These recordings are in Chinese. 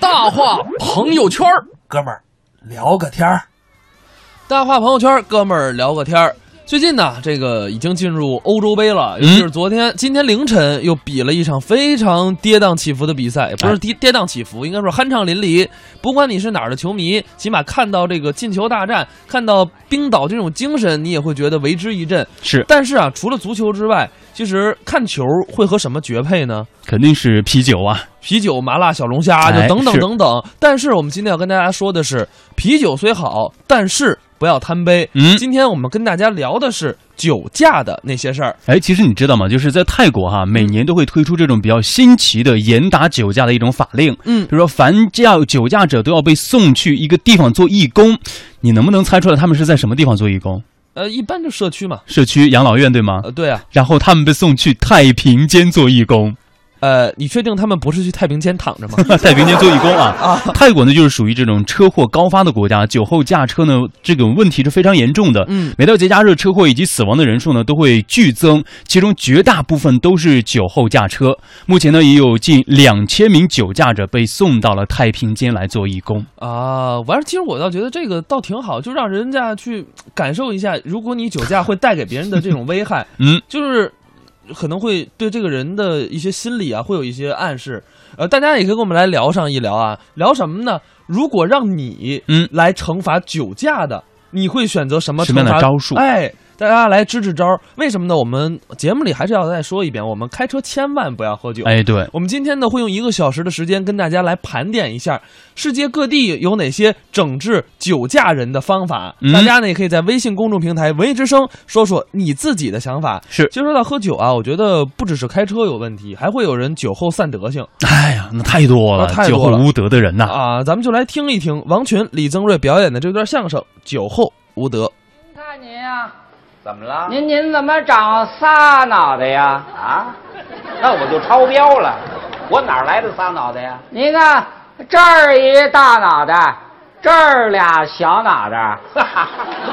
大话朋友圈儿哥们儿聊个天儿，大话朋友圈儿，哥们儿聊个天儿。最近呢，这个已经进入欧洲杯了，尤其是昨天、今天凌晨又比了一场非常跌宕起伏的比赛，也不是跌跌宕起伏，应该说酣畅淋漓。不管你是哪儿的球迷，起码看到这个进球大战，看到冰岛这种精神，你也会觉得为之一振。是但是啊，除了足球之外，其实看球会和什么绝配呢？肯定是啤酒啊，啤酒、麻辣小龙虾，就哎等等是等等。但是我们今天要跟大家说的是，啤酒虽好，但是不要贪杯。嗯今天我们跟大家聊的是酒驾的那些事儿。哎，其实你知道吗？就是在泰国哈、每年都会推出这种比较新奇的严打酒驾的一种法令，嗯比如说凡驾酒驾者都要被送去一个地方做义工。你能不能猜出来他们是在什么地方做义工？呃，一般就社区嘛。社区养老院对吗？呃，对啊，然后他们被送去太平间做义工， 呃，你确定他们不是去太平间躺着吗？太平间做义工 啊。泰国呢，就是属于这种车祸高发的国家，酒后驾车呢，这种问题是非常严重的。嗯，每到节假日，车祸以及死亡的人数呢都会剧增，其中绝大部分都是酒后驾车。目前呢，也有近两千名酒驾者被送到了太平间来做义工。啊，完事儿，其实我倒觉得这个倒挺好，就让人家去感受一下，如果你酒驾会带给别人的这种危害，嗯，就是可能会对这个人的一些心理啊，会有一些暗示。呃，大家也可以跟我们来聊上一聊啊，聊什么呢？如果让你嗯来惩罚酒驾的，你会选择什么什么样的惩罚招数哎，大家来支支招儿。为什么呢？我们节目里还是要再说一遍，我们开车千万不要喝酒。哎，对，我们今天呢，会用一个小时的时间跟大家来盘点一下世界各地有哪些整治酒驾人的方法。嗯大家呢也可以在微信公众平台“文艺之声”说说你自己的想法。是其实说到喝酒啊，我觉得不只是开车有问题，还会有人酒后散德性哎呀，那太多了，啊太酒多后了无德的人呐、啊。咱们就来听一听王群、李增瑞表演的这段相声《酒后无德》。看您呀、怎么了？啊您您怎么长仨脑袋呀？啊？那我就超标了，我哪儿来的仨脑袋呀？您看这儿一大脑袋，这儿俩小脑袋，哈哈，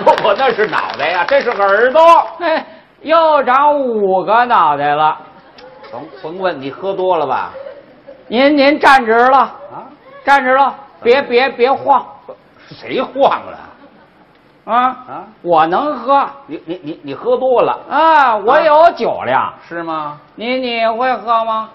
我 我那是脑袋呀，这是耳朵。 嘿，又长五个脑袋了。甭甭问，你喝多了吧？您您站直了，啊？站直了，别嗯别别晃谁晃了？啊！啊我能喝你你你你喝多了啊，我啊有酒量。是吗？你你会喝吗？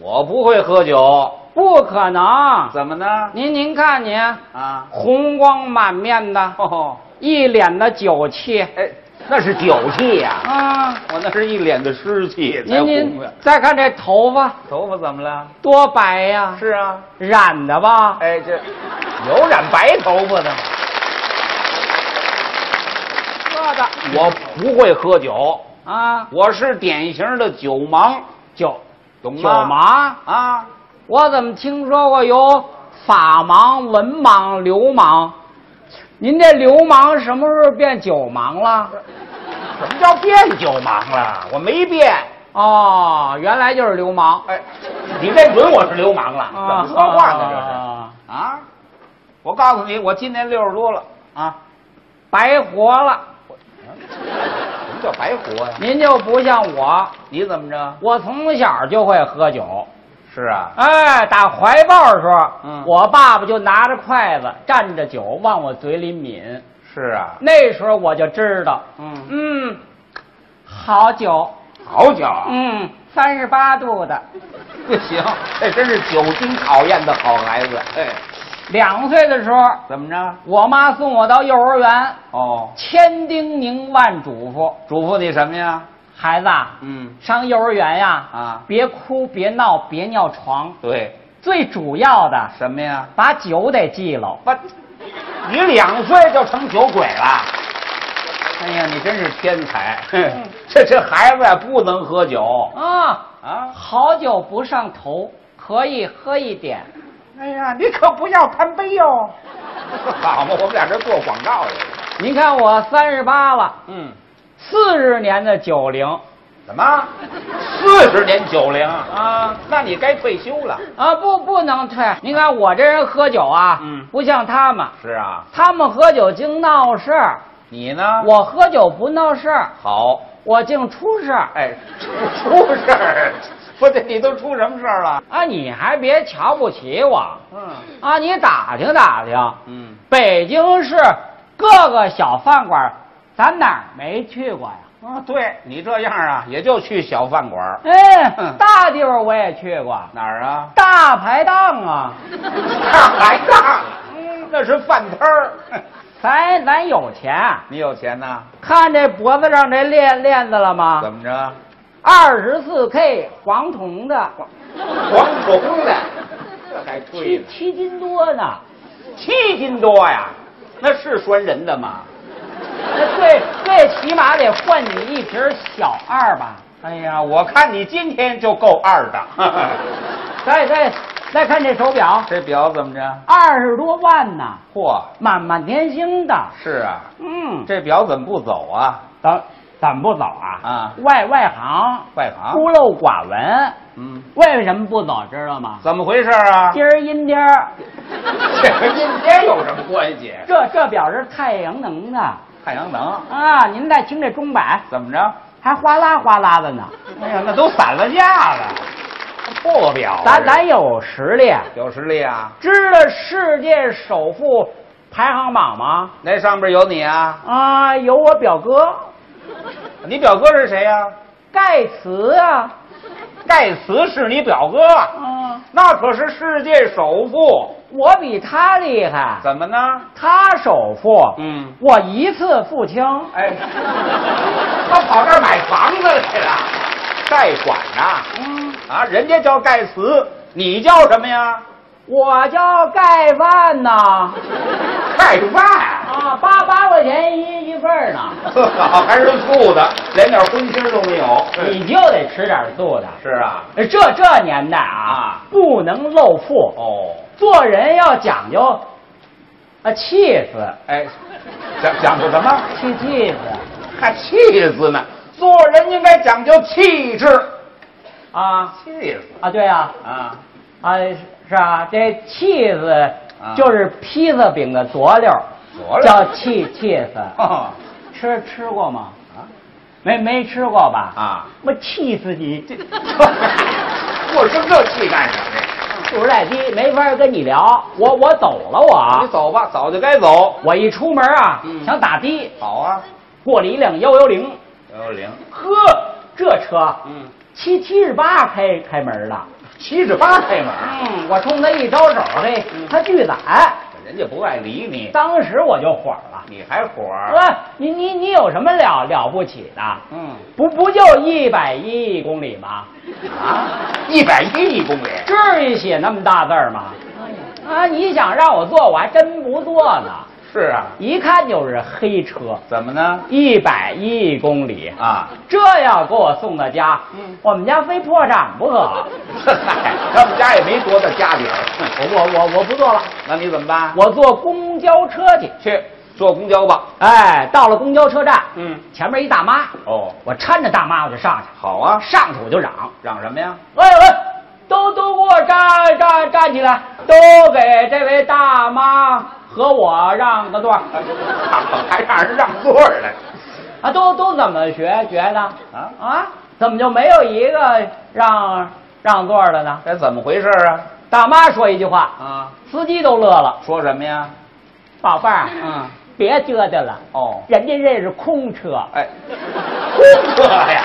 我不会喝酒，不可能。怎么呢？您您看您，啊？红光满面的，哦，一脸的酒气哎，那是酒气呀、啊。我那是一脸的湿气才您哎红您的。再看这头发头发怎么了？多白呀，是啊，染的吧？哎，这有染白头发的吗？这的我不会喝酒，啊，我是典型的酒盲，酒懂吗？酒盲，啊，我怎么听说过有法盲、文盲、流氓？您这流氓什么时候变酒盲了？什么叫变酒盲了？我没变。哦，原来就是流氓。哎，你这准我是流氓了？怎么说话呢？这是啊啊！我告诉你，我今年六十多了啊！白活了，什么叫白活呀、您就不像我，你怎么着？我从小就会喝酒。是啊，哎，打怀抱的时候，嗯我爸爸就拿着筷子蘸着酒往我嘴里抿，是啊，那时候我就知道，嗯，嗯，好酒，好酒啊，嗯，三十八度的，不行，这真是酒精考验的好孩子。哎，两岁的时候，怎么着？我妈送我到幼儿园，哦，千叮咛万嘱咐，嘱咐你什么呀？孩子啊，嗯，上幼儿园呀，啊别哭，别闹，别尿床，对，最主要的，什么呀？把酒得记了。我，你两岁就成酒鬼了。哎呀，你真是天才！哼这这孩子呀，不能喝酒啊，啊！好酒不上头，可以喝一点。哎呀，你可不要贪杯哟！ 好嘛，我们俩这做广告去。您看我三十八了，嗯，四十年的酒龄怎么？四十年酒龄，啊那你该退休了。啊，不不能退。您看我这人喝酒啊，嗯不像他们，是啊，他们喝酒净闹事儿，你呢？我喝酒不闹事儿，好，我净出事儿。哎，出事儿，不是，你都出什么事儿了？啊，你还别瞧不起我，嗯啊，你打听打听，嗯，北京市各个小饭馆，咱哪儿没去过呀？啊，对你这样啊，也就去小饭馆儿哎嗯，大地方我也去过，哪儿啊？大排档啊， 大排档，嗯，那是饭摊儿。啊咱咱有钱， 你有钱呐？看这脖子上这链链子了吗怎？么着？二十四 K 黄铜的，蝗虫的，这还贵七七呢，斤多呢。七斤多呀？那是拴人的吗？那哎最最起码得换你一瓶小二吧？哎呀，我看你今天就够二 的。再再再看这手表，这表怎么着？二十多万呢，嚯，满满天星的。是啊，嗯，这表怎么不走啊？怎怎不走啊？啊外外行，外行，孤陋寡闻。嗯，为什么不走？知道吗？怎么回事啊？今儿阴天儿， 这跟阴天有什么关系？这这表是太阳能的太阳能啊！您再听这钟摆，怎么着？还哗啦哗啦的呢。哎呀，那都散了架了，破表啊。咱咱这有实力，有实力啊？知道世界首富排行榜吗？那上边有你啊？啊，有我表哥你表哥是谁呀、盖茨啊，盖茨是你表哥，嗯，那可是世界首富，我比他厉害，怎么呢？他首付，嗯，我一次付清。哎，他跑这儿买房子来了，贷款呐、嗯，啊，人家叫盖茨，你叫什么呀？我叫盖饭呐，盖饭，啊，八八块钱一一份儿呢，呵好 还是素的，连点荤腥都没有。你就得吃点素的。是啊，这这年代啊啊，不能露富，哦，做人要讲究，啊，气死，哎，讲讲究什么？气气死，还气死呢！做人应该讲究气质，啊气死啊，对啊，啊！ 啊，是啊，这气子啊就是披萨饼的佐料，佐叫料气气子。哦吃吃过吗？啊，没没吃过吧？啊，我气死你！ 我生这气干什么呀？数太低，没法跟你聊。我我走了，我啊你走吧，早就该走。我一出门啊，嗯想打的，好啊，过了一辆幺幺零，幺幺零，呵，这车嗯，七七十八开开门的。七十八开门，啊嗯嗯，我冲他一招手，嘿，他拒载，人家不爱理你，当时我就火了。你还火儿？啊，你你你有什么了了不起的？嗯不不就一百一公里吗？啊，一百一一公里，至于写那么大字儿吗？哎啊，你想让我坐，我还真不坐呢。是啊，一看就是黑车，怎么呢？一百一公里， 啊，这要给我送到家，嗯我们家非破产不 可。嗨，他们家也没多大家底儿，嗯我我我我不坐了，那你怎么办？我坐公交车去。去坐公交吧。哎，到了公交车站，嗯，前面一大妈，哦，我搀着大妈我就上去，好啊，上去我就嚷。哎嚷什么 呀？喂喂，都都给我站站站起来，都给这位大妈和我让个座儿还让人让座儿来啊！都都怎么学学的啊？啊？怎么就没有一个让让座儿的呢？这怎么回事啊？大妈说一句话，啊，司机都乐了。说什么呀？宝贝儿，嗯，别折腾了，哦，人家这是空车，哎， 空车呀，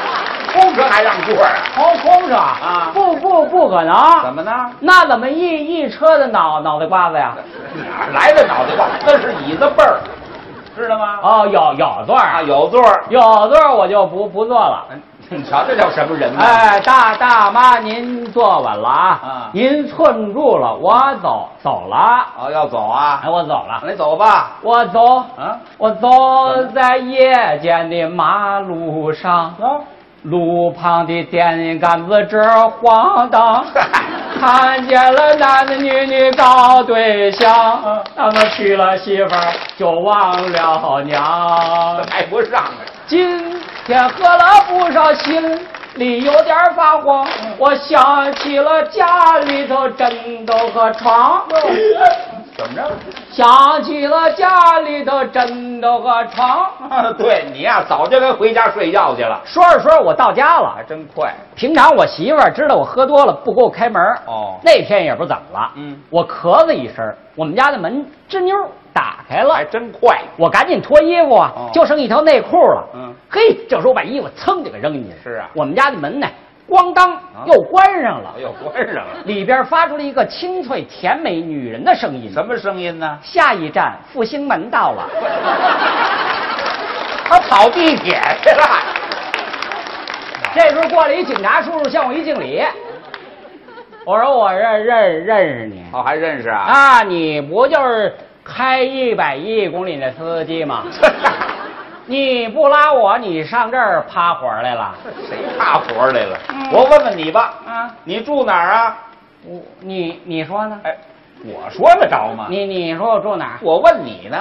空车还让座啊？空空车啊不不不可怎能，么呢？那怎么一一车的脑脑袋瓜子呀？哪儿来的脑袋瓜？那是椅子背儿，知道吗？哦，有有座儿啊，啊，有座儿。有座儿我就不不坐了。哎你瞧，这叫什么人呢？哎，大大妈，您坐稳了啊！啊您寸住了，我走走了，哦，要走啊哎，？我走了，你走吧。我走，啊，我走在夜间的马路上，走。路旁的电杆子直晃荡，嗨，看见了男男女女搞对象嗯，他们娶了媳妇儿就忘了娘这。还不让啊？ 今天喝了不少，心里有点发慌。嗯我想起了家里头枕头和床，怎么着？想起了家里的枕头和床，啊对你呀、早就该回家睡觉去了，说着说着我到家了还。真快。平常我媳妇儿知道我喝多了不给我开门儿哦那天也不怎么了，嗯我咳嗽一声儿，我们家的门吱妞儿打开了，还真快。我赶紧脱衣服啊，哦就剩一条内裤了。嗯嘿，这时候我把衣服噌就给扔进去了。是啊我们家的门呢，咣当又关上了，哎呦，关上了，里边发出了一个清脆甜美女人的声音。什么声音呢？下一站复兴门到了，他跑地铁去了。这时候过来一警察叔叔向我一敬礼， 我说我认认认识你哦，还认识啊？啊，你不就是开一百一公里的司机吗？ 你不拉我，你上这儿趴活儿来了？ 谁怕活儿来了？嗯我问问你吧，啊你住哪儿啊？我你你说呢？哎，我说得着吗？你你说我住哪儿？我问你呢？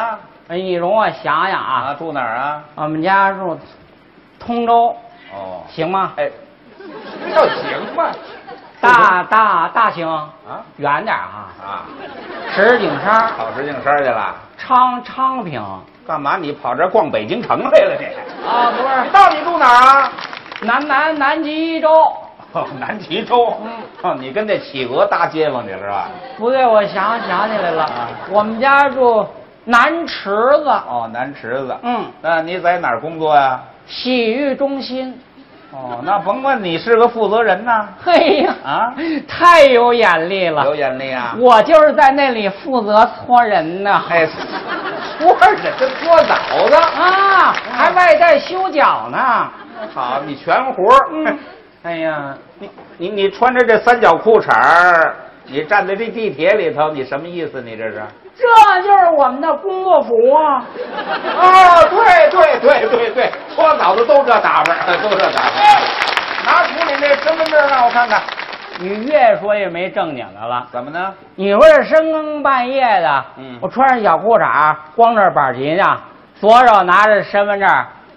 哎，你容我想想啊，啊，住哪儿啊？我们家住通州，哦，行吗？哎，要行吧？大大大兴，啊远点儿啊，啊，石景山、跑石景山去了？昌昌平干嘛？你跑这儿逛北京城来了？你啊，不是到底住哪儿啊？南南南极洲，哦， 南齐州。嗯哦，你跟那企鹅搭街坊去了是吧？不对，我想想起来了，啊我们家住南池子，哦，南池子。嗯，那你在哪儿工作呀、洗浴中心。 哦，那甭问你是个负责人呐，嘿呀，啊，太有眼力了有！眼力啊！我就是在那里负责搓人呢。哎， 搓着跟搓澡的，啊，还外带修脚呢。好，你全活儿。嗯，哎呀，你你你穿着这三角裤衩儿，你站在这地铁里头，你什么意思？你这是？这就是我们的工作服 啊！哦，对对对对对，搓澡的都这打扮，都这打扮。哎拿出你那身份证让我看看，你越说越没正经的了。怎么呢？你说这深更半夜的，嗯我穿上小裤衩，光着板筋啊，左手拿着身份证，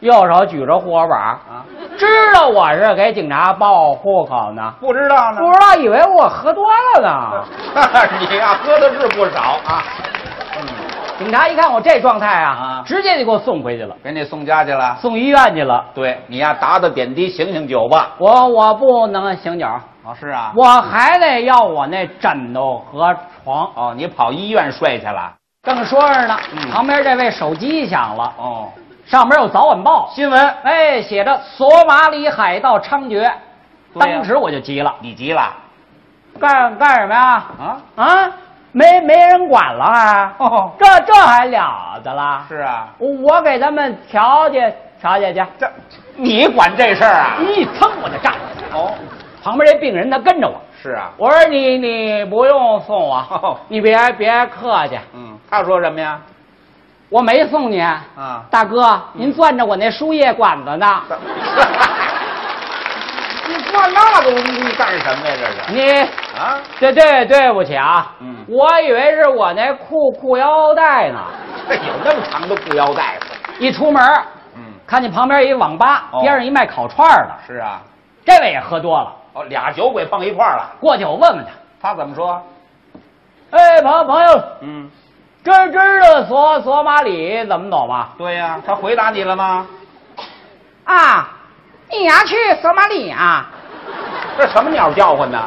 右手举着户口本儿，啊，知道我是给警察报户口呢，不知道呢。不知道以为我喝多了啊呢。 你呀、喝的是不少啊。警察一看我这状态啊啊，直接就给我送回去了，给你送家去了。送医院去了。对你呀、打打点滴，醒醒酒吧。我我不能醒酒。啊，是啊。我还得要我那枕头和床。哦，你跑医院睡去了。正说着呢，嗯旁边这位手机响了，哦，上面有早晚报，新闻，哎，写着索马里海盗猖獗。对呀当时我就急了，你急了干干什么呀？啊？啊，没没人管了啊？哦这这还了得啦？是啊，我我给他们调解调解去。这你管这事儿啊？一蹭我就站了起来，哦，旁边这病人他跟着我，是啊。我说你你不用送我，哦你别别客气，嗯，他说什么呀？我没送你。啊，大哥，您攥着我那输液管子 呢， 你说那东西干什么呀？这是你啊？对对对不起啊，嗯我以为是我那裤裤腰带呢，这有那么长的裤腰带吗？一出门嗯，看见旁边一网吧，哦边上一卖烤串儿的，是啊。这位也喝多了，哦，俩酒鬼碰一块儿了，过去我问问他，他怎么说？哎，朋友朋友，嗯，知知道索索马里怎么走吗？对呀、他回答你了吗？啊，你呀去索马里啊，这什么鸟叫唤呢？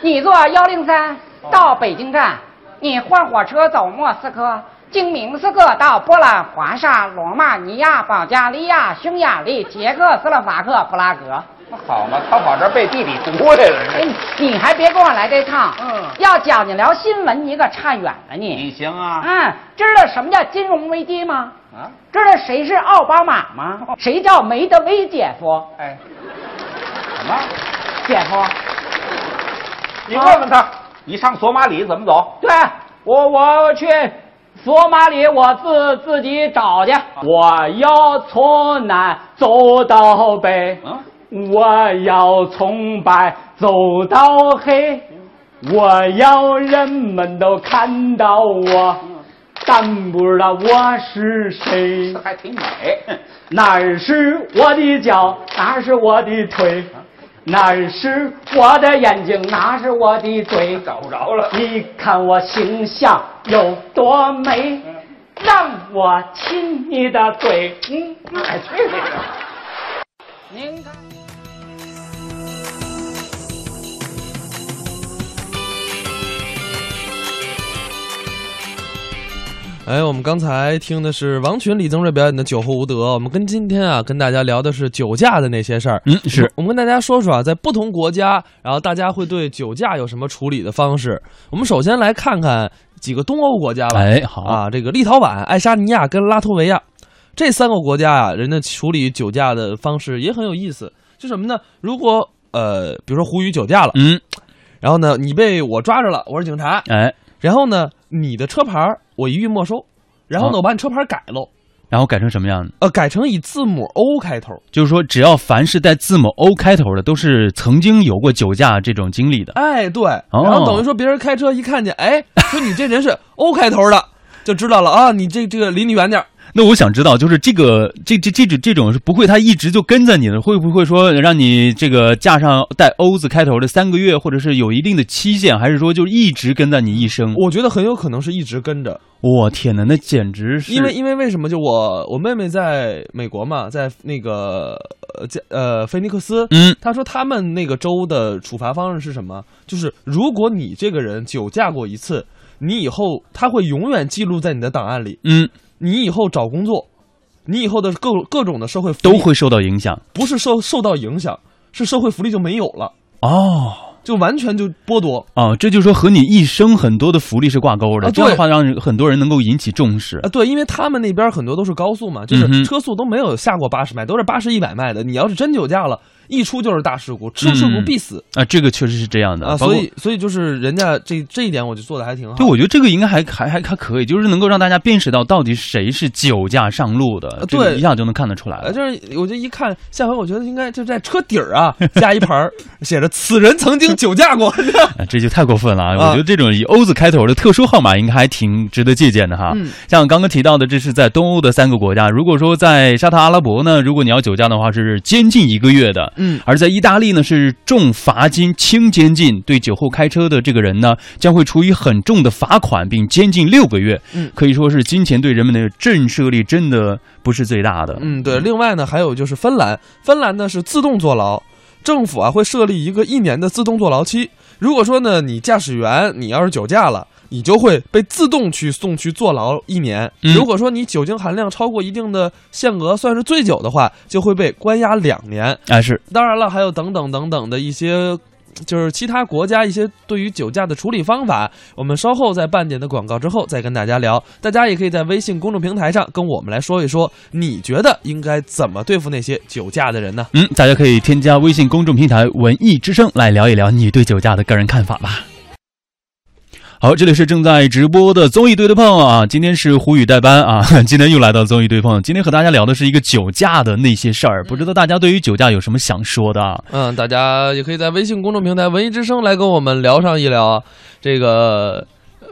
你坐幺零三到北京站，你换火车走莫斯科，经明斯克到波兰、华沙、罗马尼亚、保加利亚、匈牙利、捷克斯洛伐克、布拉格。那好嘛，他跑这儿背地里读来了哎，你还别跟我来这趟，嗯要讲究聊新闻，你可差远了你。你行啊？嗯，知道什么叫金融危机吗？啊，知道谁是奥巴马吗？谁叫梅德韦姐夫？哎，什么？姐夫，你问问他，你上索马里怎么走？对我，我去索马里，我自自己找去。我要从南走到北，嗯，我要从白走到黑，我要人们都看到我，但不知道我是谁这。 还挺美。哪儿是我的脚，哪儿是我的腿，哪儿是我的眼睛，哪是我的嘴？找不着了。你看我形象有多美，让我亲你的嘴。嗯，哎，去你的！您看。哎，我们刚才听的是王群、李增瑞表演的《酒后无德》，我们跟今天啊跟大家聊的是酒驾的那些事儿。嗯，是我们跟大家说说啊，在不同国家，然后大家会对酒驾有什么处理的方式。我们首先来看看几个东欧国家吧。哎好啊，这个立陶宛、爱沙尼亚跟拉脱维亚这三个国家啊，人家处理酒驾的方式也很有意思。是什么呢？如果呃，比如说胡宇酒驾了，嗯，然后呢，你被我抓着了，我是警察，哎，然后呢，你的车牌儿我一律没收，然后呢，啊我把你车牌儿改喽，然后改成什么样呢？呃，改成以字母 O 开头。就是说，只要凡是带字母 O 开头的，都是曾经有过酒驾这种经历的。哎，对，哦然后等于说别人开车一看见，哎，说你这人是 O 开头的，就知道了啊，你这这个离你远点儿。那我想知道，就是这个这这这种这种是不会，他一直就跟在你的，会不会说让你这个驾上带 O 字开头的三个月，或者是有一定的期限，还是说就一直跟在你一生？我觉得很有可能是一直跟着，我、天哪，那简直是因为因为为什么？就我我妹妹在美国嘛，在那个呃加呃菲尼克斯，嗯他说他们那个州的处罚方式是什么？就是如果你这个人酒驾过一次，你以后他会永远记录在你的档案里，嗯你以后找工作，你以后的各各种的社会福利都会受到影响不是受受到影响，是社会福利就没有了，哦。就完全就剥夺哦，这就是说和你一生很多的福利是挂钩的，啊对这样的话让人很多人能够引起重视啊！。对，因为他们那边很多都是高速嘛，就嗯哼是车速都没有下过八十迈，都是八十一百迈的。你要是真酒驾了，一出就是大事故，出事故必死、啊，这个确实是这样的啊！包括所以啊所以就是人家这这一点，我就做的还挺好。对，我觉得这个应该还还还还可以，就是能够让大家辨识到到底谁是酒驾上路的，啊这个对一下就能看得出来呃，了。就是我就一看，下回我觉得应该就在车底儿 啊加一牌儿，写着“此人曾经酒驾过啊这就太过分了啊！啊我觉得这种以 O 字开头的特殊号码应该还挺值得借鉴的哈。嗯像刚刚提到的，这是在东欧的三个国家。如果说在沙特阿拉伯呢，如果你要酒驾的话，是监禁一个月的。嗯而在意大利呢，是重罚金轻监禁，对酒后开车的这个人呢，将会处以很重的罚款，并监禁六个月。嗯可以说是金钱对人们的震慑力真的不是最大的”。。嗯，对。另外呢，还有就是芬兰，芬兰呢是自动坐牢，政府啊会设立一个一年的自动坐牢期。如果说呢你驾驶员你要是酒驾了，你就会被自动去送去坐牢一年。嗯如果说你酒精含量超过一定的限额，算是醉酒的话，就会被关押两年。啊，是当然了，还有等等等等的一些，就是其他国家一些对于酒驾的处理方法，我们稍后在半点的广告之后再跟大家聊。大家也可以在微信公众平台上跟我们来说一说，你觉得应该怎么对付那些酒驾的人呢？嗯，大家可以添加微信公众平台“文艺之声”来聊一聊你对酒驾的个人看法吧。好，这里是正在直播的综艺对对碰啊，今天是胡宇代班啊， 今天又来到综艺对碰，今天和大家聊的是一个酒驾的那些事儿，不知道大家对于酒驾有什么想说的啊？嗯，大家也可以在微信公众平台“文艺之声”来跟我们聊上一聊啊。这个，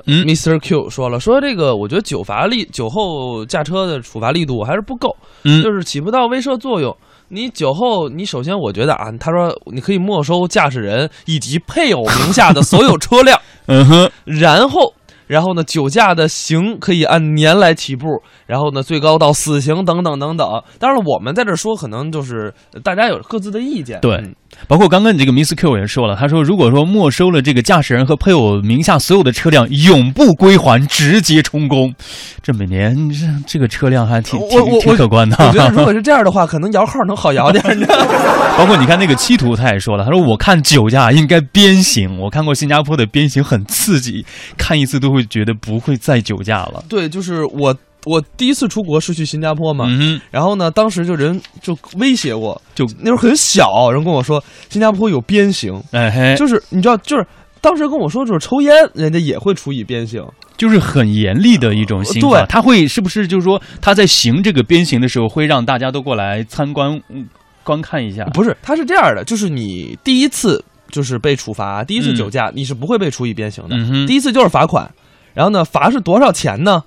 嗯 m r Q 说了，说这个我觉得酒罚力酒后驾车的处罚力度还是不够，嗯就是起不到威慑作用。你酒后，你首先我觉得啊，他说你可以没收驾驶人以及配偶名下的所有车 辆，嗯哼，然后。然后呢，酒驾的刑可以按年来起步，然后呢，最高到死刑等等等等。当然，我们在这说，可能就是呃大家有各自的意见。对嗯包括刚刚你这个 Miss Q 也说了，他说如果说没收了这个驾驶人和配偶名下所有的车辆，永不归还，直接充公，这每年这这个车辆还挺我我挺挺我可观的。啊我觉得如果是这样的话，可能摇号能好摇点儿，你知道吗？包括你看那个七图，他也说了，他说我看酒驾应该鞭刑，我看过新加坡的鞭刑很刺激，看一次都会觉得不会再酒驾了。对，就是我我第一次出国是去新加坡嘛，嗯哼，然后呢，当时就人就威胁我，就那时候很小，人跟我说新加坡有鞭刑，哎嘿，就就是你知道，就是当时跟我说就是抽烟，人家也会处以鞭刑。就是很严厉的一种刑法。对他会是不是就是说他在行这个鞭刑的时候，会让大家都过来参观、嗯观看一下？不是，他是这样的，就是你第一次就是被处罚，第一次嗯酒驾，你是不会被处以鞭刑的。嗯哼第一次就是罚款，然后呢，罚是多少钱呢？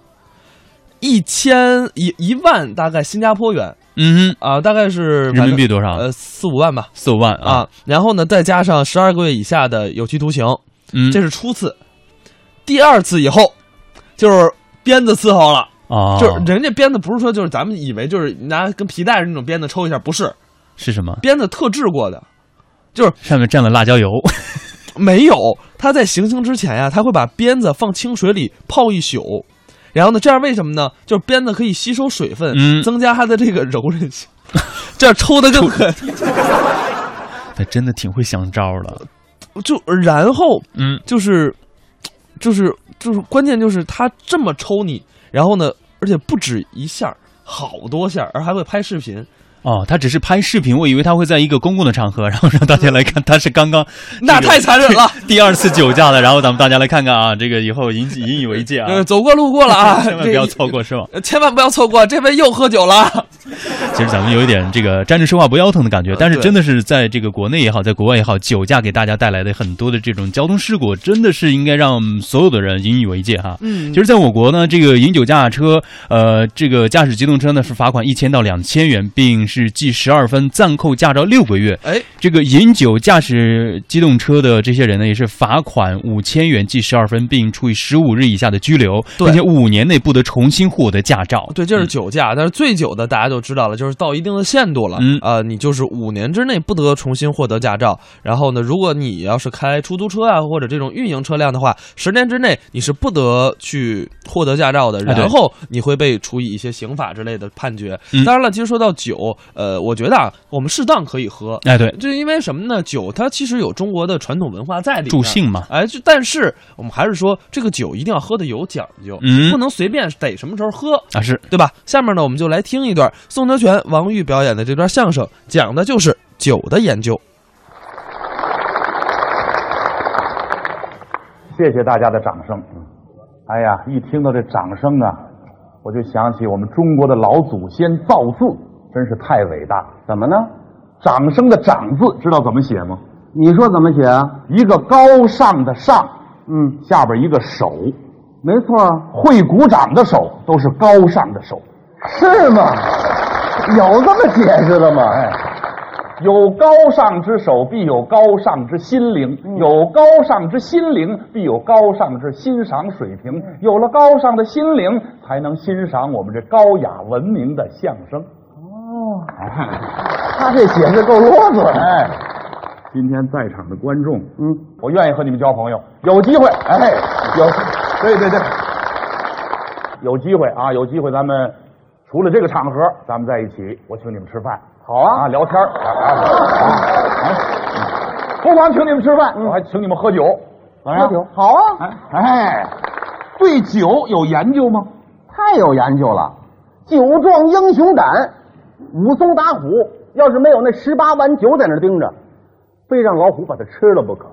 一千一一万，大概新加坡元，嗯啊，大概是人民币多少呃，四五万吧哼，四五万啊，啊。然后呢，再加上十二个月以下的有期徒刑，嗯，这是初次。第二次以后，就是鞭子伺候了，哦，就是人家鞭子不是说就是咱们以为就是拿跟皮带似的那种鞭子抽一下，不是是什么？鞭子特制过的，就是上面蘸了辣椒油， 没有，他在行刑之前呀、他会把鞭子放清水里泡一宿，然后呢，这样为什么呢？就是鞭子可以吸收水分，嗯增加它的这个柔韧性， 这样抽的更狠。他真的挺会想招 的。就然后嗯，就是，就是就是关键就是他这么抽你，然后呢，而且不止一下儿，好多下儿，而还会拍视频。哦，他只是拍视频，我以为他会在一个公共的场合，然后让大家来看他是刚刚那这个太残忍 了第二次酒驾了，然后咱们大家来看看啊，这个以后引起引以为戒 啊呃，，走过路过了啊， 千万不要这错过，是吗？呃千万不要错过，这位又喝酒了。啊其实咱们有一点这个站着说话不腰疼的感觉，但是呃对真的是在这个国内也好，在国外也好，酒驾给大家带来的很多的这种交通事故，真的是应该让所有的人引以为戒哈。嗯其实，在我国呢，这个饮酒驾车，呃，这个驾驶机动车呢是罚款一千到两千元，并是记十二分，暂扣驾照六个月。哎，这个饮酒驾驶机动车的这些人呢，也是罚款五千元、记十二分，并处以十五日以下的拘留，对并且五年内不得重新获得驾照。对，这是酒驾，但是醉酒的大家就知道了，就是到一定的限度了，嗯啊，你就是五年之内不得重新获得驾照。然后呢，如果你要是开出租车啊或者这种运营车辆的话，十年之内你是不得去获得驾照的，哎对然后你会被处以一些刑法之类的判决。嗯当然了，其实说到酒，呃，我觉得啊，我们适当可以喝，哎，对，就因为什么呢？酒它其实有中国的传统文化在里面，助兴嘛。哎，就但是我们还是说，这个酒一定要喝的有讲究，嗯不能随便逮什么时候喝，啊，是对吧？下面呢，我们就来听一段宋德全、王玉表演的这段相声，讲的就是酒的研究。谢谢大家的掌声。哎呀，一听到这掌声啊，我就想起我们中国的老祖先造字，真是太伟大。怎么呢？掌声的“掌”字知道怎么写吗？你说怎么写啊？一个高尚的“上”，嗯，下边一个手，没错，啊会鼓掌的手都是高尚的手，是吗？有这么解释的吗？哎。有高尚之手，必有高尚之心灵；有高尚之心灵，必有高尚之欣赏水平。有了高尚的心灵，才能欣赏我们这高雅文明的相声。哦，他这解释够啰嗦的。哎，今天在场的观众，嗯，我愿意和你们交朋友，有机会，哎，有，对对对，有机会啊，有机会咱们除了这个场合，咱们在一起，我请你们吃饭，好啊，啊，聊天儿，啊啊啊啊不光请你们吃饭，我还请你们喝酒，喝哦酒，好啊，哎，对酒有研究吗？太有研究了，酒壮英雄胆，武松打虎。要是没有那十八碗酒在那儿盯着，非让老虎把它吃了不可。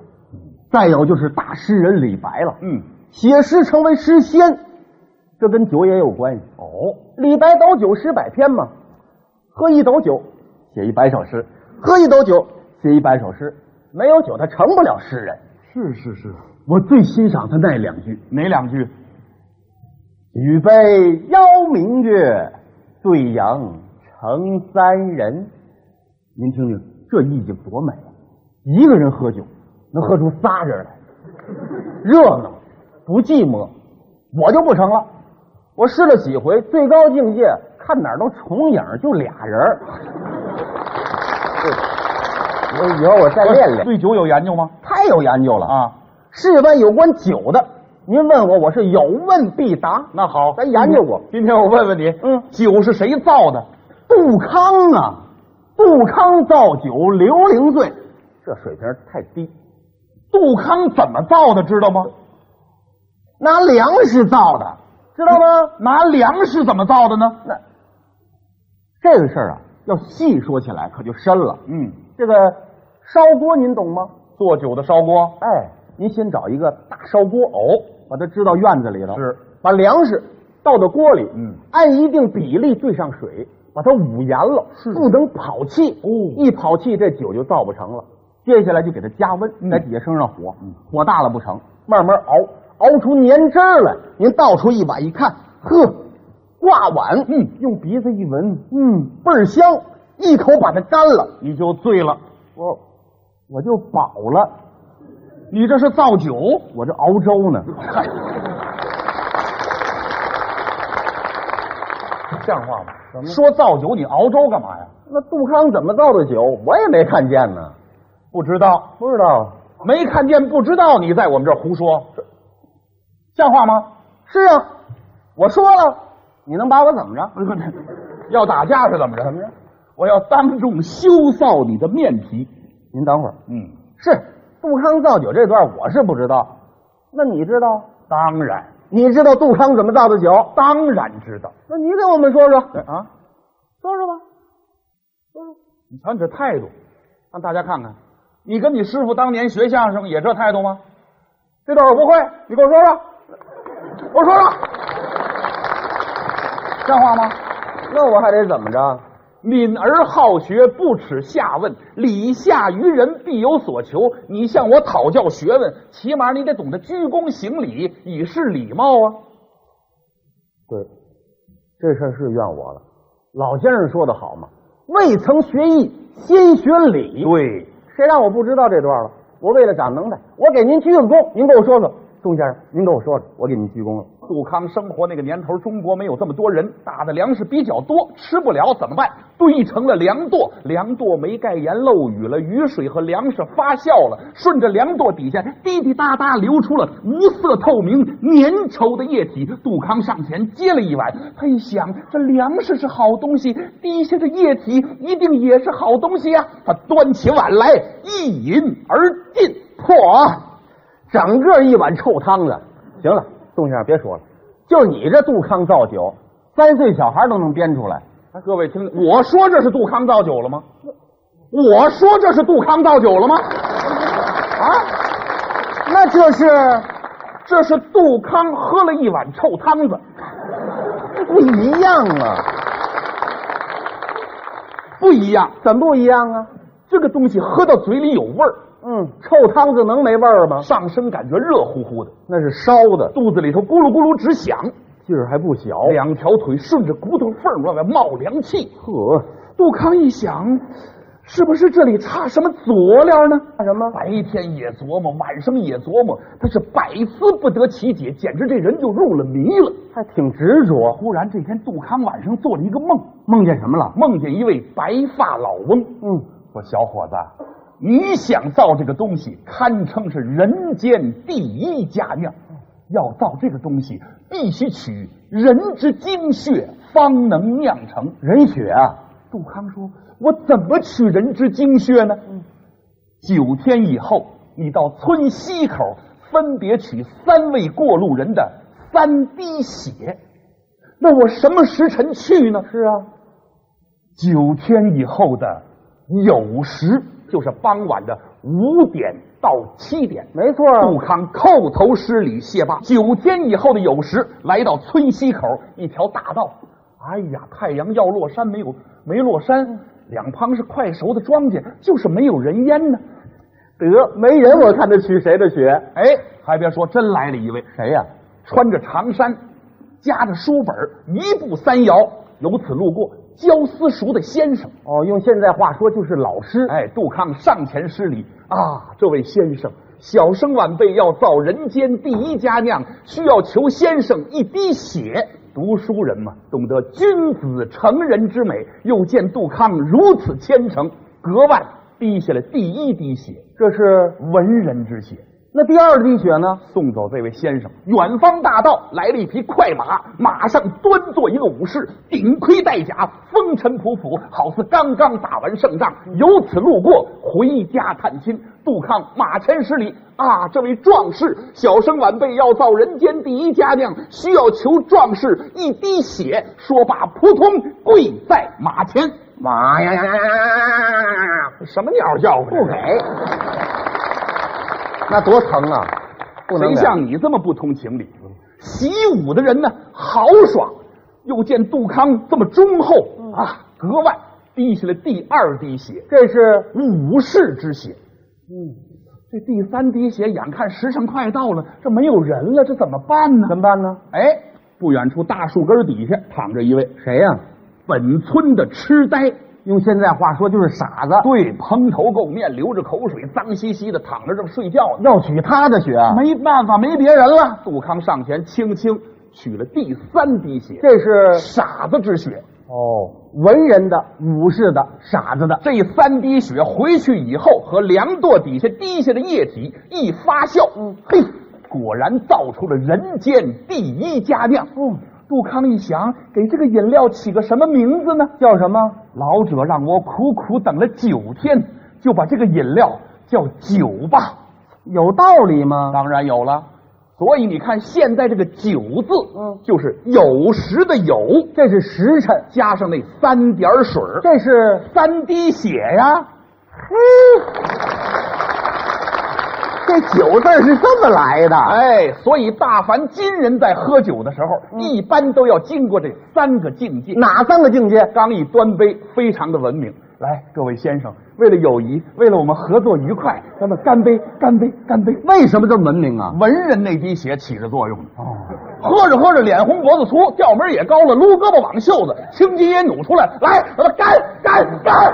再有就是大诗人李白了，嗯，写诗成为诗仙，这跟酒也有关系。哦，李白斗酒诗百篇嘛，喝一斗酒写一百首诗，喝一斗酒写一百首诗，没有酒他成不了诗人。是是是，我最欣赏他那两句：哪两句？举杯邀明月，对阳成三人。您听听，这意境多美啊！一个人喝酒，能喝出仨人来，热闹不寂寞。我就不成了，我试了几回，最高境界看哪儿都重影，就俩人儿。我以后我再练练。对酒有研究吗？太有研究了啊！世间有关酒的，您问我，我是有问必答。那好，咱研究过今天我问问你，嗯酒是谁造的？杜康啊，杜康造酒刘伶醉，这水平太低。杜康怎么造的，知道吗？拿粮食造的，知道吗？拿粮食怎么造的呢？那这个事儿啊，要细说起来可就深了。嗯，这个烧锅您懂吗？做酒的烧锅。哎，您先找一个大烧锅哦，把它支到院子里头，是把粮食倒到锅里，嗯，按一定比例兑上水，把它捂严了，是不能跑气哦，一跑气这酒就造不成了。接下来就给它加温，在底下生上火，火大了不成，慢慢熬，熬出粘汁儿来。您倒出一把一看，呵，挂碗，嗯，用鼻子一闻，嗯，倍儿香，一口把它干了，你就醉了。我我就饱了，你这是造酒，我这熬粥呢。像话吗？说造酒，你熬粥干嘛呀？那杜康怎么造的酒，我也没看见呢，不知道，不知道。没看见，不知道你在我们这儿胡说，像话吗？是啊，我说了，你能把我怎么着？ 要打架是怎么着？怎么着？我要当众羞臊你的面皮。您等会儿，嗯，是杜康造酒这段我是不知道，那你知道？当然，你知道杜康怎么造的酒？当然知道。那你给我们说说啊，说说吧。你瞧你这态度，让大家看看，你跟你师傅当年学相声也这态度吗？这段我不会，你给我说说，我说说，像话吗？那我还得怎么着？敏而好学，不耻下问，礼下于人，必有所求。你向我讨教学问，起码你得懂得鞠躬行礼，以示礼貌啊。对，这事儿是怨我了。老先生说的好嘛，未曾学艺，先学礼。对，谁让我不知道这段了？我为了长能耐，我给您鞠个躬，您给我说说，宋先生，您给我说说，我给您鞠躬了。杜康生活那个年头，中国没有这么多人，打的粮食比较多，吃不了怎么办？堆成了粮垛，粮垛没盖严，漏雨了，雨水和粮食发酵了，顺着粮垛底下滴滴答答流出了无色透明、粘稠的液体。杜康上前接了一碗，他一想，这粮食是好东西，滴下的液体一定也是好东西呀、他端起碗来，一饮而尽。嚯，整个一碗臭汤子。行了，宋先生别说了，就你这杜康造酒，三岁小孩都能编出来。哎各位听，我说这是杜康造酒了吗？我说这是杜康造酒了吗？啊那这是这是杜康喝了一碗臭汤子，不一样啊？不一样。怎么不一样啊？这个东西喝到嘴里有味儿，嗯，臭汤子能没味儿吗？上身感觉热乎乎的，那是烧的，肚子里头咕噜咕噜直响，劲儿还不小。两条腿顺着骨头缝儿往外冒凉气。呵，杜康一想，是不是这里差什么佐料呢？干什么？白天也琢磨，晚上也琢磨，他是百思不得其解，简直这人就入了迷了。还挺执着。忽然这天，杜康晚上做了一个梦，梦见什么了？梦见一位白发老翁，嗯，说小伙子，你想造这个东西，堪称是人间第一佳酿。嗯要造这个东西，必须取人之精血，方能酿成。人血啊，杜康说：“我怎么取人之精血呢？”嗯九天以后，你到村西口分别取三位过路人的三滴血。那我什么时辰去呢？是啊，九天以后的酉时，就是傍晚的五点到七点。没错啊杜康叩头施礼谢罢。九天以后的酉时，来到村西口一条大道。哎呀，太阳要落山，没有没落山，两旁是快熟的庄稼，就是没有人烟呢。得没人，我看他取谁的血？哎，还别说，真来了一位，谁呀、穿着长衫，夹着书本，一步三摇，由此路过，焦私塾的先生。哦，用现在话说就是老师。哎，杜康上前施礼啊，这位先生，小生晚辈要造人间第一佳酿，需要求先生一滴血。读书人嘛，懂得君子成人之美，又见杜康如此虔诚，格外滴下了第一滴血，这是文人之血。那第二滴血呢？送走这位先生，远方大道来了一匹快马，马上端坐一个武士，顶盔戴甲，风尘仆仆，好似刚刚打完胜仗。由此路过，回家探亲。杜康马前施礼啊，这位壮士，小生晚辈要造人间第一佳酿，需要求壮士一滴血。说罢，扑通跪在马前。妈呀呀呀呀呀呀呀！什么鸟叫唤？不给，那多疼啊！不能谁给像你这么不通情理？习武的人呢，豪爽，又见杜康这么忠厚啊，格外滴下了第二滴血，嗯这是武士之血。嗯，这第三滴血，眼看时辰快到了，这没有人了，这怎么办呢？怎么办呢？哎，不远处大树根底下躺着一位谁呀、本村的痴呆。用现在话说就是傻子，对，蓬头垢面，流着口水，脏兮兮的躺着正睡觉呢。要取他的血啊。没办法，没别人了。杜康上前轻轻取了第三滴血，这是傻子之血。哦，文人的、武士的、傻子的，这三滴血回去以后，和梁垛底下滴下的液体一发酵，嗯嘿，果然造出了人间第一佳酿。嗯，杜康一想，给这个饮料起个什么名字呢？叫什么？老者让我苦苦等了九天，就把这个饮料叫酒吧。有道理吗？当然有了。所以你看，现在这个“酒”字，嗯，就是有时的“有”，这是时辰，加上那三点水儿，这是三滴血呀。嘿，这酒字儿是这么来的。哎，所以大凡今人在喝酒的时候，一般都要经过这三个境界。嗯哪三个境界？刚一端杯，非常的文明。来，各位先生，为了友谊，为了我们合作愉快，咱们干杯，干杯，干杯！为什么这么文明啊？文人那滴血起着作用呢。哦，喝着喝着脸红脖子粗，调门也高了，撸胳膊挽袖子，青筋也努出来。来，咱们干干干！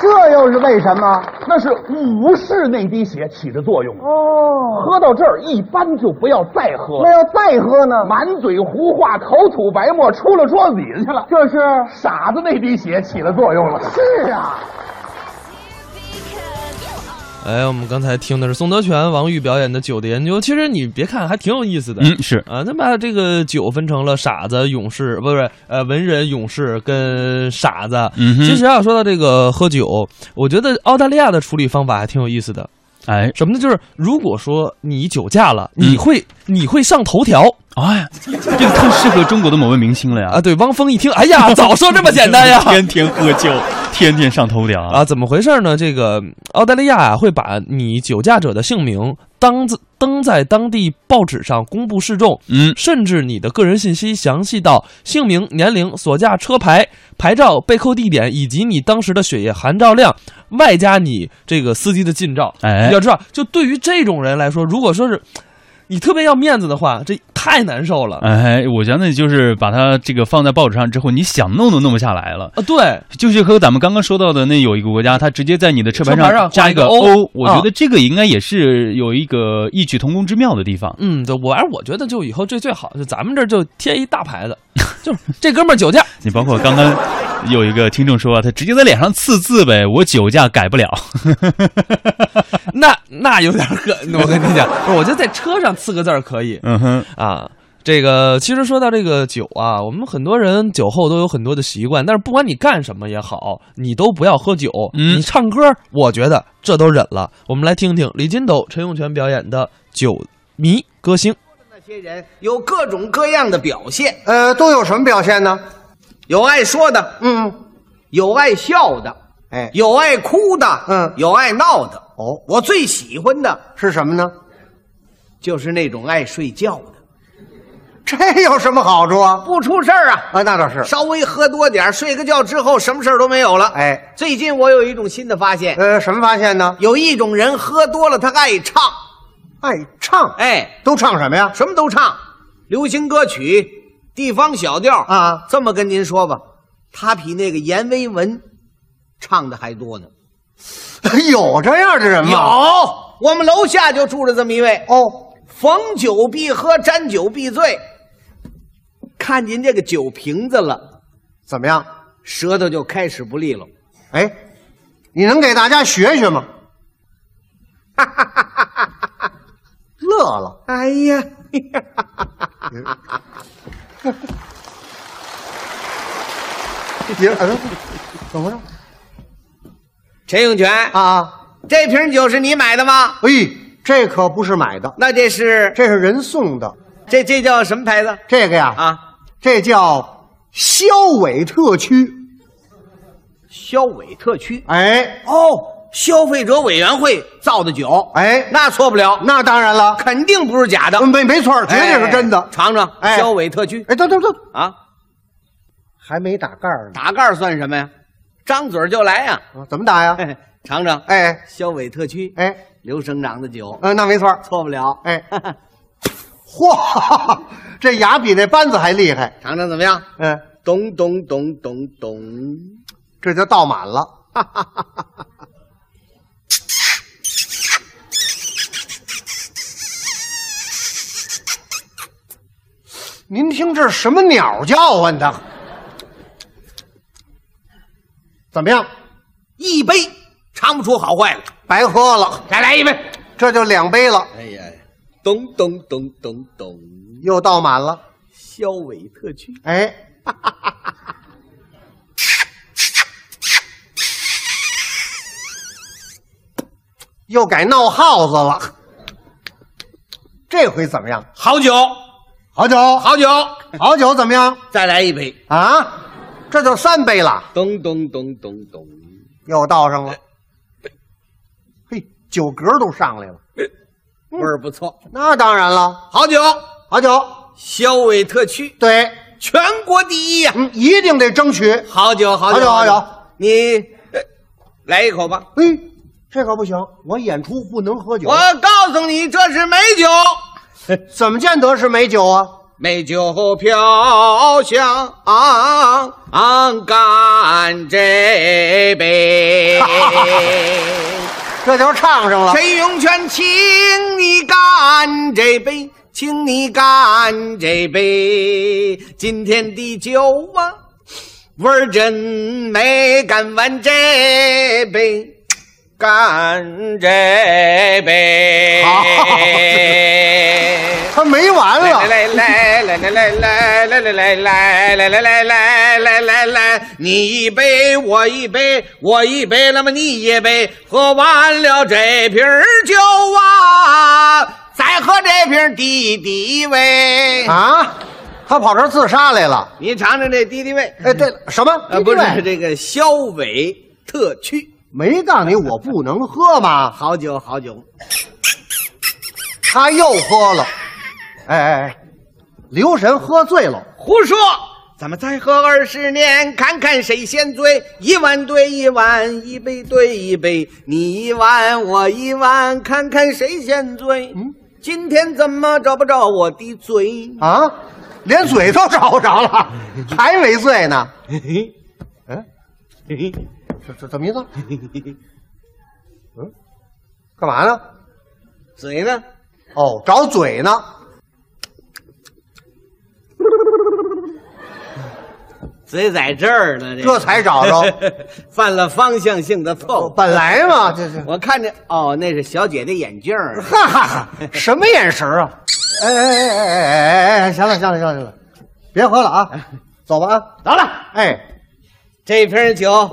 这又是为什么？那是武士那滴血起着作用。哦，喝到这儿，一般就不要再喝那了，要再喝呢？满嘴胡话，口吐白沫，出了桌子底下去了。这是傻子那滴血起了作用了。是啊，哎，我们刚才听的是宋德全、王玉表演的《酒的研究》，其实你别看还挺有意思的。嗯，是啊，那把这个酒分成了傻子、勇士，不是呃文人、勇士跟傻子。嗯哼其实啊，说到这个喝酒，我觉得澳大利亚的处理方法还挺有意思的。哎什么呢？就是如果说你酒驾了，你会、你会上头条哎，这个太适合中国的某位明星了呀！啊？对，汪峰一听，哎呀，早说这么简单呀！天天喝酒，天天上头条啊！啊，怎么回事呢？这个嗯澳大利亚啊，会把你酒驾者的姓名当自登在当地报纸上公布示众，嗯，甚至你的个人信息详细到姓名、年龄、所驾车牌、牌照、被扣地点以及你当时的血液含照量，外加你这个司机的近照。哎要知道，就对于这种人来说，如果说是你特别要面子的话，这太难受了。哎，我想那就是把它这个放在报纸上之后，你想弄都弄不下来了。啊，对，就是和咱们刚刚说到的那有一个国家，它直接在你的车牌车牌上加一个画一个 O， O，我觉得这个应该也是有一个异曲同工之妙的地方。 嗯，对，我哎，我觉得就以后这最好，就咱们这儿就贴一大牌子， 就是这哥们儿酒驾，你包括刚刚有一个听众说，啊他直接在脸上刺字呗，我酒驾改不了。 那那有点儿可，我跟你讲，不是，我觉得在车上刺个字儿可以嗯哼，啊。这个其实说到这个酒啊，我们很多人酒后都有很多的习惯，但是不管你干什么也好，你都不要喝酒。嗯你唱歌，我觉得这都忍了。我们来听听李金斗、陈永泉表演的《酒迷歌星》。那些人有各种各样的表现，呃，都有什么表现呢？有爱说的，嗯，有爱笑的，哎，有爱哭的，嗯有爱闹的。哦我最喜欢的是什么呢？就是那种爱睡觉的，这有什么好处啊？不出事儿啊。啊，那倒是。稍微喝多点儿，睡个觉之后，什么事儿都没有了。哎，最近我有一种新的发现，呃，什么发现呢？有一种人喝多了，他爱唱，爱唱，，哎，都唱什么呀？ 什么都唱，流行歌曲、地方小调啊这么跟您说吧，他比那个阎维文唱的还多呢。有这样的人有吗？，我们楼下就住着这么一位，哦，逢酒必喝，沾酒必醉。看您这个酒瓶子了，怎么样？舌头就开始不利落。哎，你能给大家学学吗？ 乐了，哎呀， 你哎 怎么着陈永泉，啊？这瓶酒是你买的吗？哎，这可不是买的，那这是这是人送的。这这叫什么牌子这个呀，，啊？这叫肖伟特区。消委特区哎，哦，消费者委员会造的酒，哎那错不了，那当然了，肯定不是假的，没没错儿，绝对是真的。哎尝尝哎消委特区哎，等等等，啊，还没打盖儿呢，打盖儿算什么呀？张嘴儿就来呀！啊怎么打呀？嘿尝尝，哎消委特区，哎，刘省长的酒，呃，那没错儿。错不了。哎， 嚯，这牙比那扳子还厉害。尝尝怎么样？嗯，咚咚咚咚咚，这就倒满了。您听这是什么鸟叫啊唤的？怎么样？一杯尝不出好坏了。白喝了，再来一杯。这就两杯了，哎呀，咚咚咚咚咚，又倒满了。肖伟特区。哎， 又改闹耗子了。这回怎么样？好酒，好酒，好好酒，好酒怎么样再来一杯。啊？这就三杯了，咚咚咚咚咚，又倒上了。嘿，酒格都上来了。嗯味儿不错。那当然了，好酒，好酒，肖伟特区对，全国第一呀、嗯，一定得争取。好酒，好好酒酒，好酒你呃来一口吧。嘿，这可不行，我演出不能喝酒我，告诉你，这是美酒，哎怎么见得是美酒啊？美酒飘香干这杯。这就唱上了。陈永泉，请你干这杯，请你干这杯，今天的酒啊，味儿真美，干完这杯，干这杯。好他没完来了，来来来来来来来来来来来来来来来来来，你一杯我一杯我一杯，那么你一杯，喝完了这瓶酒啊，再喝这瓶敌敌畏。啊！他跑这儿自杀来了。你尝尝这敌敌畏，哎，对了，什么？呃，嗯不对是这个肖伟特区没告诉你我不能喝吗？好酒好酒，他又喝了。哎哎哎，刘神喝醉了，胡说。咱们再喝二十年，看看谁先醉。一碗对一碗，一杯对一杯，你一碗我一碗，看看谁先醉。嗯，今天怎么找不着我的嘴？啊，连嘴都找不 着了，还没醉呢。哎，这这怎么意 思？嗯，干嘛呢？嘴呢？哦，找嘴呢。嘴在这儿呢，这才 找着，哦犯了方向性的错误。本来嘛，这是。我看着，哦，那是小姐的眼镜儿。 哈哈哈，什么眼神啊？哎哎哎哎哎哎哎哎！行了行了行了行了，别喝了 啊，走吧啊！得了，哎，这瓶酒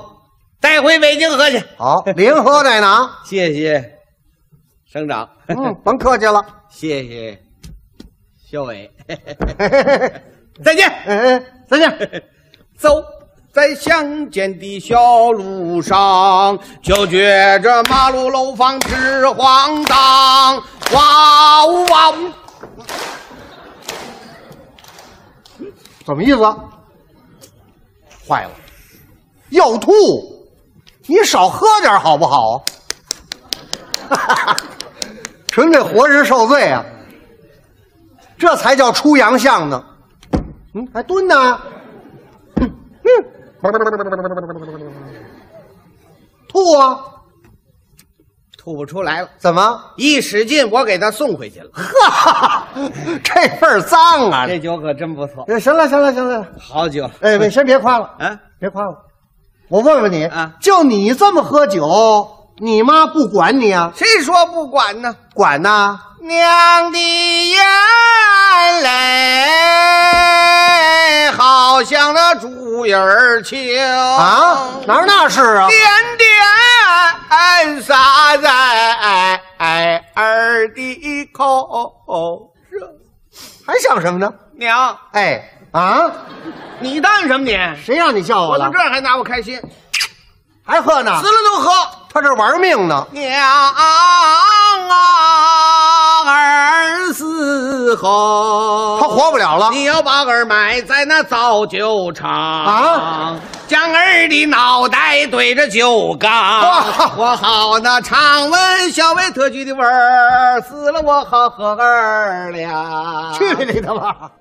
带回北京喝去。好，您喝这呢啊？谢谢，省长。嗯，甭客气了。谢谢肖伟，嘿嘿嘿嘿 再见。哎哎，再 见。走在乡间的小路上，就觉着马路楼房直晃荡。哇哦呜哇呜，怎么意思？坏了，要吐！你少喝点好不好？ 纯粹活人受罪啊！这才叫出洋相呢。嗯，还蹲呢。 嗯，吐啊！吐不出来了。怎么？一使劲，我给他送回去了。哈哈， 这份儿脏啊！这酒可真不错，哎行了，行了，行了。好酒。哎，喂，先别夸了。啊，别夸我，我问问你啊就你这么喝酒，你妈不管你啊？谁说不管呢？管呐、娘的眼泪，好像那猪眼儿青啊，哦哪儿那是啊？点点洒在儿的口上。还想什么呢？娘，哎啊，你当什么你？谁让你叫我喝了到这？儿还拿我开心，死还喝呢？了都喝。他这玩命呢。娘啊，儿死后，他活不了了你要把儿埋在那造酒厂啊，将儿的脑袋对着酒缸， 我好那尝闻小薇特举的味儿，死了我好喝儿俩。去你的吧！